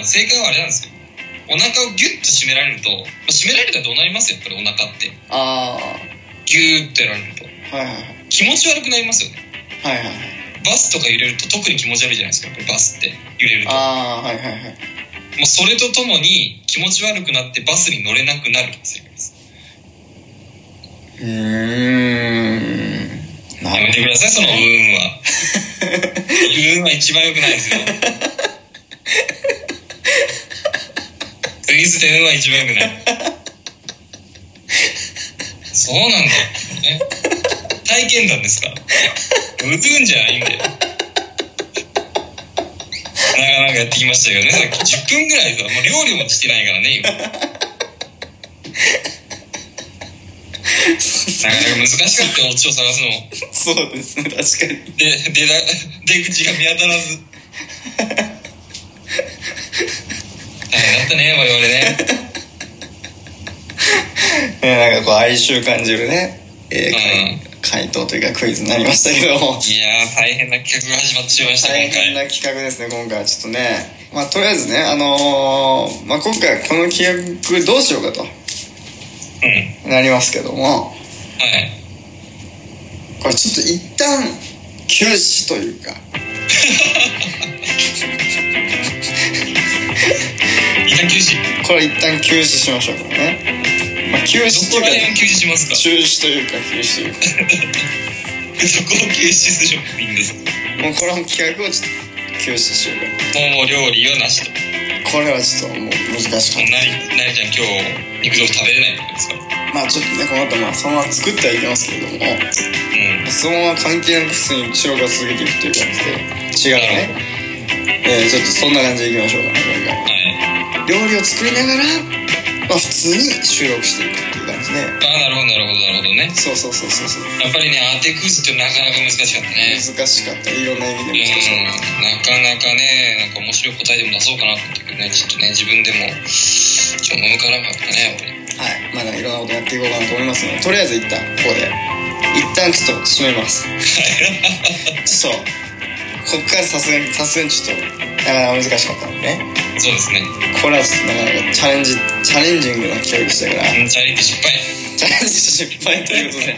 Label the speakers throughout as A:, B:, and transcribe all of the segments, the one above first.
A: あ、正解はあれなんですよ。お腹をギュッと締められると、まあ締められたらどうなりますやっぱりお腹って。
B: あ
A: ギューッとやられると。
B: あはいはい
A: 気持ち悪くなりますよね。
B: はいはいはい
A: バスとか揺れると特に気持ち悪いじゃないですか、やっぱりバスって揺れると。
B: ああはいはいはい
A: もうそれとともに気持ち悪くなってバスに乗れなくなるんですよ。
B: うーん
A: や
B: な
A: め
B: る
A: てください、そのうーんは。うーんは一番良くないですよ。クイズでうーんは一番良くない。そうなんだよ、ね。体験談ですから。うーんじゃないんだよ。なかなかやってきましたけどね、さっき10分ぐらいさ、もう料理もしてないからね、今。なかなか難しかったよ、オチを探すのも。
B: ほどそうですね確かに
A: で、出だ、 出口が見当たら ず。大変だったね、我々ね。
B: ねなんかこう哀愁感じるね、えー
A: うん
B: 回回答というかクイズになりましたけども
A: いやー、大変な企画が始まってしまいました、
B: 大
A: 今
B: 変
A: 回。
B: な企画ですね今回はちょっとねまあとりあえずねあのーまあ、今回はこの企画どうしようかと
A: うん。
B: なりますけども
A: はい。
B: これちょっと一旦休止というか
A: 一旦休止。
B: これ一旦休止しましょうからね、まあ、休止と
A: どこら
B: いう
A: 辺
B: か
A: を休止しますか
B: 中止というか休止というか
A: どこを休止するいいんですか
B: もうこれも企画をちょっと休止しようか
A: もう料理はなしと。
B: これはちょっともう難しか
A: な
B: っ
A: り、なりちゃん今日、肉豆腐食べれないってことですか
B: たまあちょっとねこの後まあそのまま作ってはいきますけれども
A: うん。
B: そのまま関係なく普通に収録が続けていくという感じで違うね、えー、ちょっとそんな感じでいきましょうかねこれから
A: はい。
B: 料理を作りながら、まあ、普通に収録していくっていう感じで
A: あー、なるほど、なるほど、なるほどね。
B: そうそうそうそうそう
A: やっぱりね、当てクイズってなかなか難しかったね。
B: 難しかったいろんな意味
A: うん
B: で難しかった
A: なかなかね、なんか面白い答えでも出そうかなと思ったけどね、ちょっとね、自分でも、ちょっと向かなかったね、やっぱり。
B: はいまだいろんなことやっていこうかなと思いますのでとりあえず一旦ここで一旦ちょっと締めますちょっとこっからさすがにさすがにちょっとなかなか難しかったのでね
A: そうですね。
B: これはちょっとなかなかチャレンジチャレンジングな企画でしたから
A: うんチャレンジ失敗。
B: チャレンジ失敗ということで、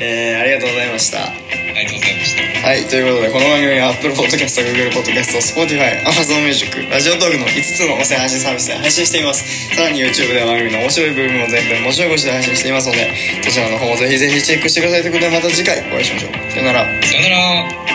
B: えー、ありがとうございました。は
A: ありがとうございました。
B: い、ということで、この番組は Apple Podcast、Google Podcast、Spotify、Amazon Music、ラジオトークの5つの音声配信サービスで配信しています。さらに YouTube では番組の面白い部分を全編面白い越しで配信していますので、そちらの方もぜひぜひチェックしてくださいということで、また次回お会いしましょう。さよなら。
A: さよなら。